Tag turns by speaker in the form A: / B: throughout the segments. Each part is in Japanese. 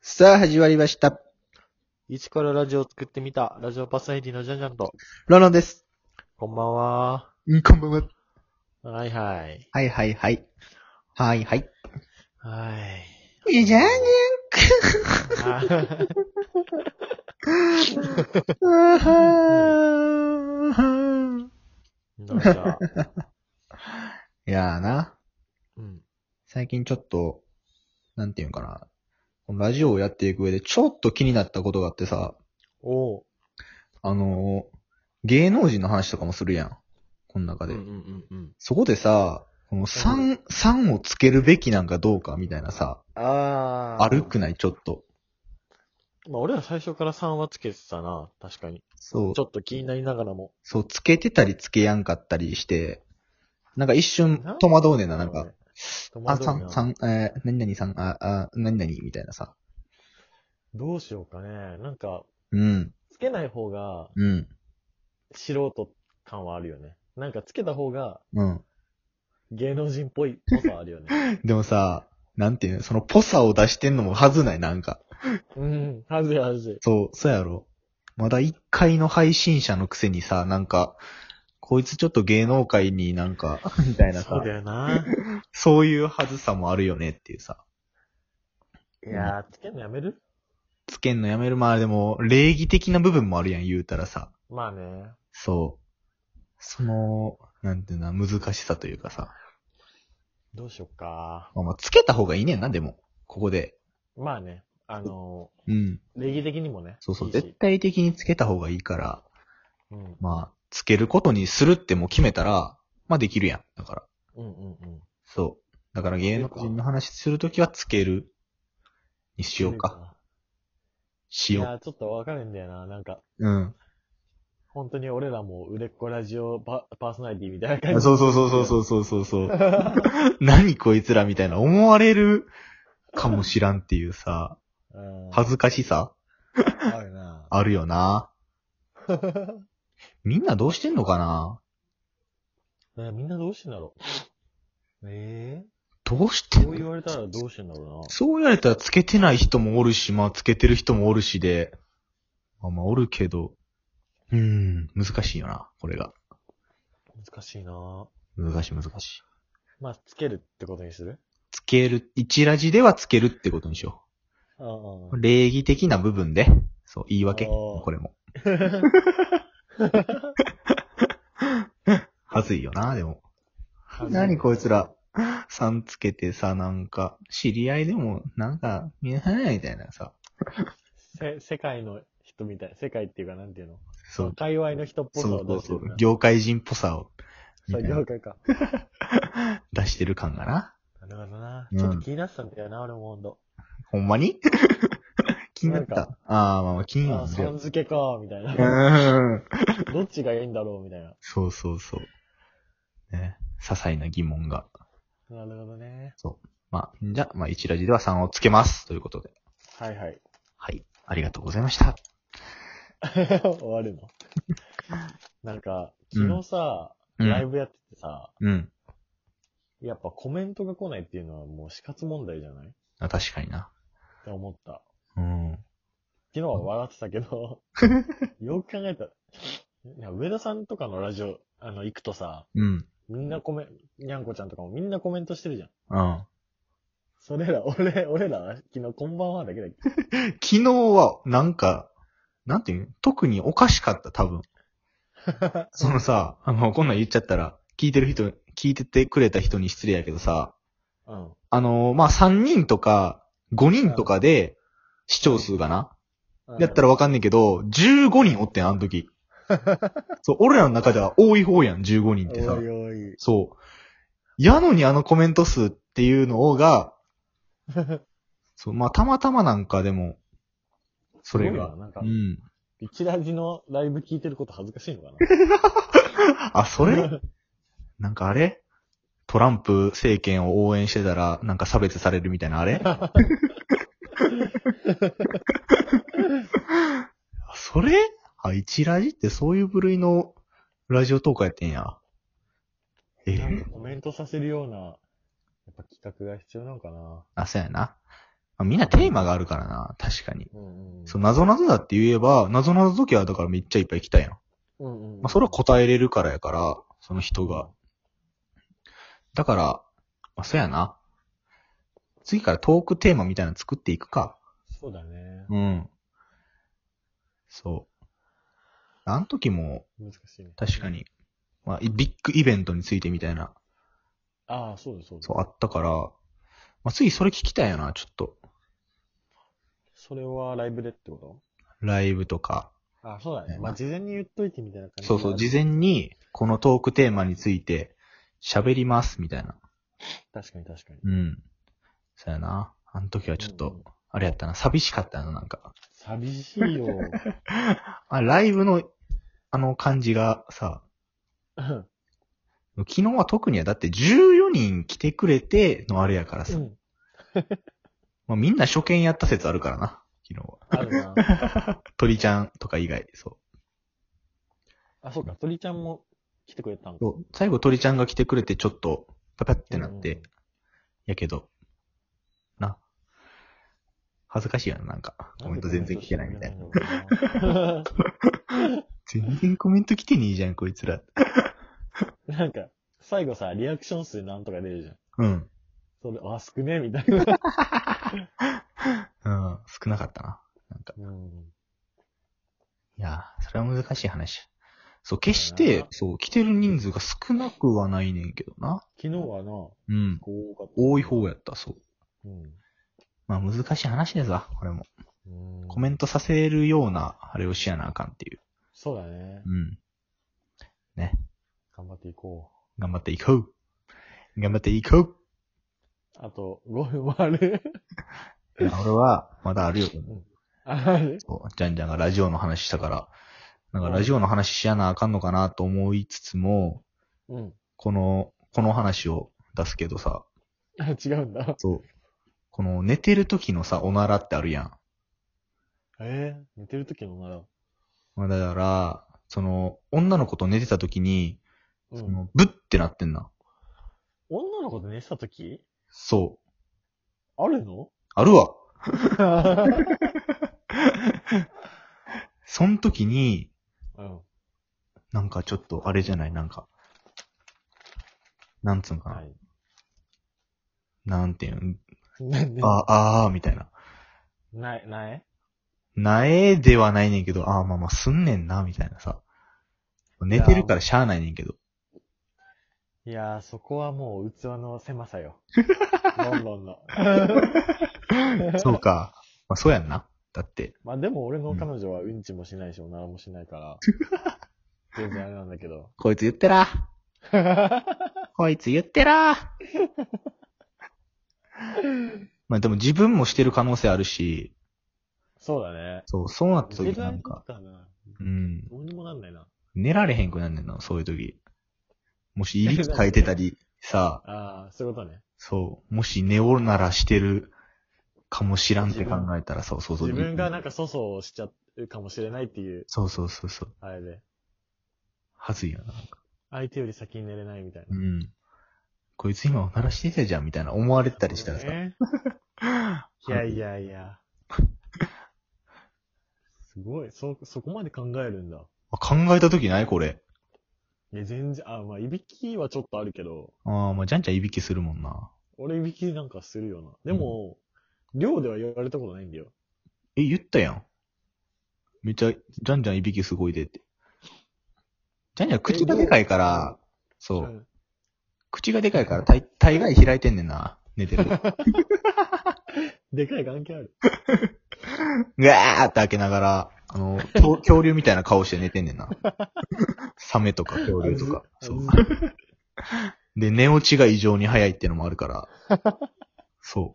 A: さあ、始まりました。
B: 一からラジオを作ってみた、ラジオパーソナリティのジャンジャンと、
A: ロロンです。
B: こんばんは。
A: うん、こんばんは。
B: はいはい。
A: はいはいはい。はいはい。
B: はい。
A: いや、じゃあねーん。はー
B: どうした
A: いやーな。
B: うん。
A: 最近ちょっと、なんていうんかな。このラジオをやっていく上でちょっと気になったことがあってさ、
B: おう。
A: あのー芸能人の話とかもするやん。この中
B: うん
A: で。
B: うんうんうん。
A: そこでさ、この3、3をつけるべきなんかどうかみたいなさ、
B: あー。
A: 歩くないちょっと。
B: まあ俺ら最初から3はつけてたな、確かに。
A: そう
B: ち。ょっと気になりながらも。
A: そう、つけてたりつけやんかったりして、なんか一瞬戸惑うねんな、なんか。、
B: 戸
A: あ、
B: 惑う
A: さ、
B: なん
A: さん、えー、何々さん、あ、あ、何々みたいなさ。
B: どうしようかね。なんか、
A: うん、
B: つけない方が
A: うん、
B: 素人感はあるよね。なんかつけた方が
A: うん。
B: 芸能人っぽいっぽさある よね。
A: でもさ、なんていうの、そのポサを出してんのもはずない、なんか。
B: うん。はずいはずい。
A: そう、そうやろ。まだ一回の配信者のくせにさ、なんか、こいつちょっと芸能界になんか、 みたいな
B: そう
A: さ
B: だ、よな。
A: そういうはずさもあるよねっていうさ。
B: いやー、つけんのやめる
A: つけんのやめる、まあでも、礼儀的な部分もあるやん、言うたらさ。
B: まあね。
A: そう。その、なんていうの、難しさというかさ。
B: どうしよっか。
A: まあまあ、つけた方がいいねんな、でも。ここで。
B: まあね。あの
A: うん。
B: ー、礼儀的にもね。
A: そうそう。
B: いいし
A: 絶対的につけた方がいいから、
B: うん。うん
A: まあ、つけることにするってもう決めたら、まあできるやん。だから。
B: うんうん。
A: そう。だから芸能人の話するときはつけるにしようか。。し
B: い
A: よ
B: やー、ちょっとわかるんだよな。なんか、
A: う。うん。
B: 本当に俺らも売れっ子ラジオパパーソナリティみたいな感
A: あ
B: じ。
A: そうそうそうそうそうそう そう。何こいつらみたいな思われるかもしらんっていうさ、
B: うん。
A: 恥ずかしさ
B: ある な。
A: あるよな。みんなどうしてんのかな
B: ねみんなどうしてんだろう。え
A: どうし
B: え
A: て
B: ー、そうん言
A: の
B: われたらどうしてんだろ
A: そう言われたらつけてない人もおるし、まあつけてる人もおるしで、まあまあおるけど、うーん、難しいよな、これが。
B: うな。難しいな。
A: 難しい難しい。
B: まあ、つけるってことにする
A: つける、一ラジではつけるってことにしよ
B: ああ
A: う。。礼儀的な部分で、そう、言い訳。
B: あ
A: こ
B: ー
A: れ も。はずいよな、でも。何こいつら。さんつけてさ、なんか、知り合いでも、なんか、見えないみたいなさ。
B: せ、世界の人みたい。世界っていうか、なんていうの
A: そ
B: そうう。、界隈の人っぽさ
A: そ
B: を
A: うそ
B: 出
A: う
B: して
A: そ
B: る
A: う
B: な。。
A: 業界人っぽさを、
B: そう、
A: みたい
B: 業
A: な
B: 界か。
A: 出してる感がな。
B: なるほどな。
A: うん
B: ちょっと気になってたんだよな、俺もほんと。
A: ほんまに 気になった。
B: なん
A: ああー、まあまあ気に
B: あ
A: な
B: あ、
A: った
B: さん
A: よ。
B: 付けか、みたいう
A: ー
B: な。
A: ん。
B: どっちがいいんだろう、みたいな。
A: そうそうそう。ね。些細な疑問が。
B: なるほどね。
A: まあ、じゃあ、まあ、1ラジでは3をつけます。ということで。
B: はいはい。
A: はい。ありがとうございました。
B: 終わるの。なんか、昨日さ、
A: うん
B: ライブやっててさ、
A: うん。
B: やっぱコメントが来ないっていうのはもう死活問題じゃないっ
A: あ確かにな。
B: て思った。
A: うん。
B: 昨日は笑ってた けど、よく考えたら、いや上田さんとかのラジオ、あの、行くとさ、
A: うん。
B: みんなコメ、にゃんこちゃんとかもみんなコメントしてるじゃん。
A: うん。
B: それら、俺、俺ら、昨日こんばんはだけだっけ
A: 昨日は、なんか、なんていうの特におかしかった、多分。そのさ、あの、こんなん言っちゃったら、聞いてる人、聞いててくれた人に失礼やけどさ、
B: うん。
A: あのーまあ、3人とか、5人とかで、視聴数がな。やった
B: ら、
A: らわかんねえけど、15人おってん、あの 時。そう、俺らの中では多い方やん、15人ってさ
B: お。いおい。
A: そう。やのにあのコメント数っていうの が、そう、まあ、たまたまなんかでも、それ
B: すごいな
A: が、
B: なんか
A: う、ん。
B: 一ラジのライブ聞いてること恥ずかしいのかな
A: あ、そ れなんかあれトランプ政権を応援してたら、なんか差別されるみたいな、あれあそれあ、一ラジってそういう部類のラジオトークやってんや。ええ
B: なんかコメントさせるような、やっぱ企画が必要なのかな
A: あ、そうやな。あみんなテーマがあるからな、確かに。
B: うんうん。
A: そう、謎々だって言えば、謎々の時はだからめっちゃいっぱい来たやん。
B: うんうんうん。
A: まあ、それは答えれるからやから、その人が。だから、まあ、そうやな。次からトークテーマみたいなの作っていくか。
B: そうだね。
A: うん。そう。あの時も、
B: 難しいね。
A: 確かに、まあ、いビッグイベントについてみたいな、
B: ああ、そうだそうだ。
A: そう、あったから、まあ、次それ聞きたいよな、ちょっと。
B: それはライブでってこ
A: ライブとか。
B: とああ、そうだね。
A: ね
B: まあ、事前に言っといてみたいな感じ。
A: そうそう、事前に、このトークテーマについて、喋ります、みたいな。
B: 確かに確かに。
A: うん。そうやな。あの時はちょっ
B: うんう
A: と
B: ん、
A: あれやったな、寂しかったな、なんか。
B: 寂しいよ。
A: あ、ライブの、あの感じがさ、
B: うん
A: 昨日は特には、だって14人来てくれてのあれやからさ、
B: うん。
A: まあ、みんな初見やった説あるからな、昨日は。
B: ある な。
A: 鳥ちゃんとか以外、そ
B: あ、そうか。鳥ちゃんも来てくれたん
A: う。そう最後鳥ちゃんが来てくれてちょっと、パパってなって、
B: うん
A: やけど、な。恥ずかしいやな、なんか。コメント全然聞けないみたいな。
B: な。
A: 全然コメント来てねえじゃん、こいつら。
B: なん か、最後さ、リアクション数なんとか出るじゃ
A: う
B: ん。
A: ん。
B: それ、あ、少ねえみたいな。
A: うん、少なかったな。なんか。
B: うん。
A: いやー、それは難しい話。そう、決し
B: そうや
A: て
B: な、
A: そう、来てる人数が少なくはないねんけどな。
B: 昨日はな、多
A: うん。
B: かった。
A: 多い方やった、そう。
B: うん。
A: まあ難しい話ですわ、これも。
B: うん。
A: コメ
B: ん。
A: ントさせるような、あれをしやなあかんっていう。
B: そうだね。
A: うん。
B: 頑張っていこう。
A: 頑張っていこう。頑張っていこう。
B: あと、5分もある。
A: いや俺は、まだあるよ。
B: ある
A: そう、ジャンジャンがラジオの話したから、なんか
B: うん
A: ラジオの話しやなあかんのかなと思いつつも、
B: うん。
A: この、この話を出すけどさ、
B: あ、違うんだ。
A: そう。この寝てる時のさ、おならってあるやん。
B: えー、寝てる時のなら。
A: まあ、だから、その、女の子と寝てた時に、
B: う
A: そ
B: ん。
A: のブッってなってんな。
B: 女の子と寝てた時
A: そう。
B: あ るの
A: あるわ。
B: う
A: その時に、
B: ん。
A: なんかちょっと、あれじゃない、なんか、なんつうんかな。
B: はい。
A: なんていうん、
B: なんで
A: ああ、ああ、みたいな。
B: ない、ない
A: 苗ではないねんけど、ああ、まあまあ、すんねんな、みたいなさ。寝てるからしゃあないねんけ ど。
B: いやー、そこはもう器の狭さ よ。ロンロンの。
A: そうか。まあ、そうやんな。だって。
B: まあでも俺の彼女はうんちもしないし、おならもしない から。全然あれなんだけ ど。
A: こいつ言ってら。こいつ言ってら。 まあでも自分もしてる可能性あるし、
B: そうだね。
A: そう、そうなった
B: 時
A: 時
B: 代
A: なん
B: だ
A: か
B: っ、たな。
A: うん、
B: どうにもなんないな。
A: 寝られへんくなんねんな、そういう時。もし、いびきかいてたり、さ、
B: ああ、そういうことね。
A: そう、もし寝おならしてるかもしらんって考えたら、そうそうそう。
B: 自分がなんか粗相をしちゃうかもしれないっていう、
A: そうそうそうそう。
B: あれで。
A: はずいよな。
B: 相手より先に寝れないみたいうな。
A: ん。こいつ今おならしてたじゃん、みたいな思われてたりしたらさ。
B: ねいやいやいや。すごい、そ、そこまで考えるんだ。
A: あ考えた時ないこれ。
B: いや、全然、あ、まあ、いびきはちょっとあるけど、
A: ああ、まあ、じゃんじゃんいびきするもんな。
B: 俺いびきなんかするよな。でも、寮では言われたことないんだよ。
A: え、言ったやん。めっちゃ、じゃんじゃんいびきすごいでって。じゃんじゃん口がでかいから、そうう。
B: ん
A: 口がでかいから、大大概開いてんねんな。寝てる。うわ
B: でかい関係ある。
A: ーって開けながら、あの、恐 恐竜みたいな顔して寝てんねんな。サメとか恐竜とか。
B: あ
A: そう
B: ず
A: で、寝落ちが異常に早いってのもある から。そ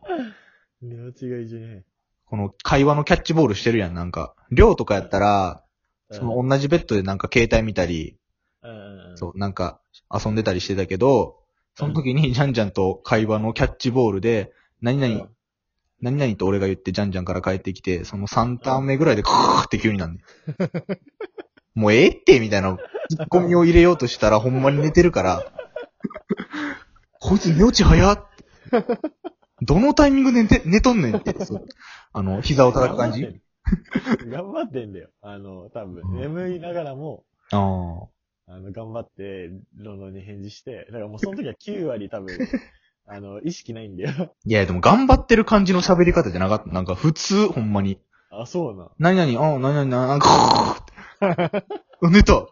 A: う。
B: 寝落ちが異常に早い。
A: この会話のキャッチボールしてるやん、なんか。寮とかやったら、
B: うん
A: その同じベッドでなんか携帯見たり、
B: うんうん。
A: そう、なんか遊んでたりしてたけど、その時にジャンジャンと会話のキャッチボールで、何
B: うん。
A: 々、何々と俺が言ってジャンジャンから帰ってきて、その3ターン目ぐらいでクーって急になんねんもうええってみたいな、ツッコミを入れようとしたらほんまに寝てるから、こいつ寝落ち早っどのタイミングで寝て寝とんねんって、そうあの、膝を叩く感じ
B: 頑張ってん頑張ってんだよ。あの、多
A: うん
B: 分、眠いながらも、
A: ああ。
B: あの、頑張って、ロンドンに返事して、だからもうその時は9割 多分、あの、意識ないんだよ。
A: いや、でも頑張ってる感じの喋り方じゃなかった。なんか普通、ほんまに。
B: あ、そうな。
A: 何々、ああ、何々、ななんか、 う寝た。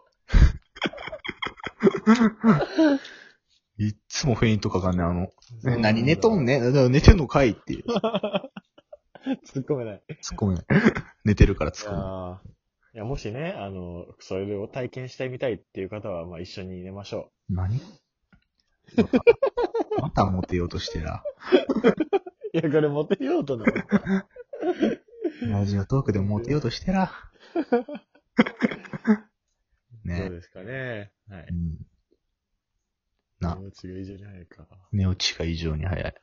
A: いっつもフェイントかかんね、あの。ね何寝とん
B: ね
A: ねんだから寝てんのかいっていう。
B: 突っ込めない。
A: 突っ込めない。寝てるから
B: い
A: 突っ
B: や
A: 込めない。
B: ーいや、もしね、あの、それを体験してみたいっていう方は、まあ一緒に寝ましょ
A: 何 またまたモテようとしてな。
B: う。 いや、これモテようと ね。
A: ラジオトークでもモテようとして な。
B: どう
A: ね
B: ですかね。はい
A: え。う。ん。な
B: 気持ちが異常に早いか。
A: 寝落ちが異常に早い。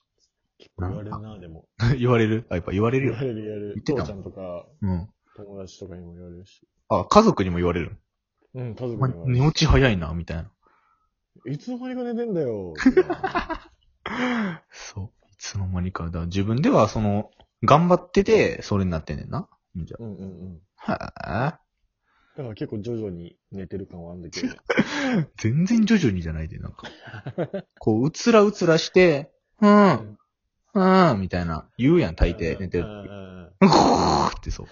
B: 結構言われるな、でも。
A: 言われるあ、やっぱ言われるよ
B: 言わ。れる、言われる
A: 言。ってたも
B: 父
A: ん
B: ちゃんとか、
A: うん。
B: 友達とかにも言われるし。
A: あ、家族にも言われる。
B: うん、家族に
A: ま
B: も言われ
A: 寝
B: る
A: 落ち早いな、みたいな。
B: し。いつの間にか寝てんだよ。
A: そう。いつの間にか。だから自分では、その、頑張ってて、それになってんねんな。じゃ
B: うんうんうん。
A: は
B: だから結構徐々に寝てる感はあるんだけど。
A: ぁ全然徐々にじゃないで、なん か。こう、うつらうつらして、 うん、うん、みたいな、言うやん、大抵、寝て
B: うん
A: る。
B: うん
A: ぐーって そう。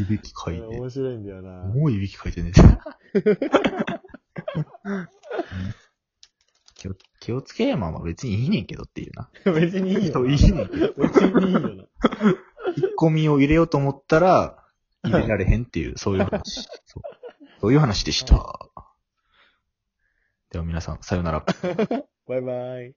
A: いびきか
B: うん
A: い
B: い
A: て
B: や。面白いんだよな。
A: もういびきかいて寝てる。うん気を、気をつけやまあまあ別にいいねんけどっていうな。
B: 別にいいよ
A: そう
B: な。
A: いいねんけど。
B: 別にいいよな。
A: 引っ込みを入れようと思ったら、入れられへんっていう、そういう話。そうそういう話でした。では皆さん、さよなら。
B: バイバイ。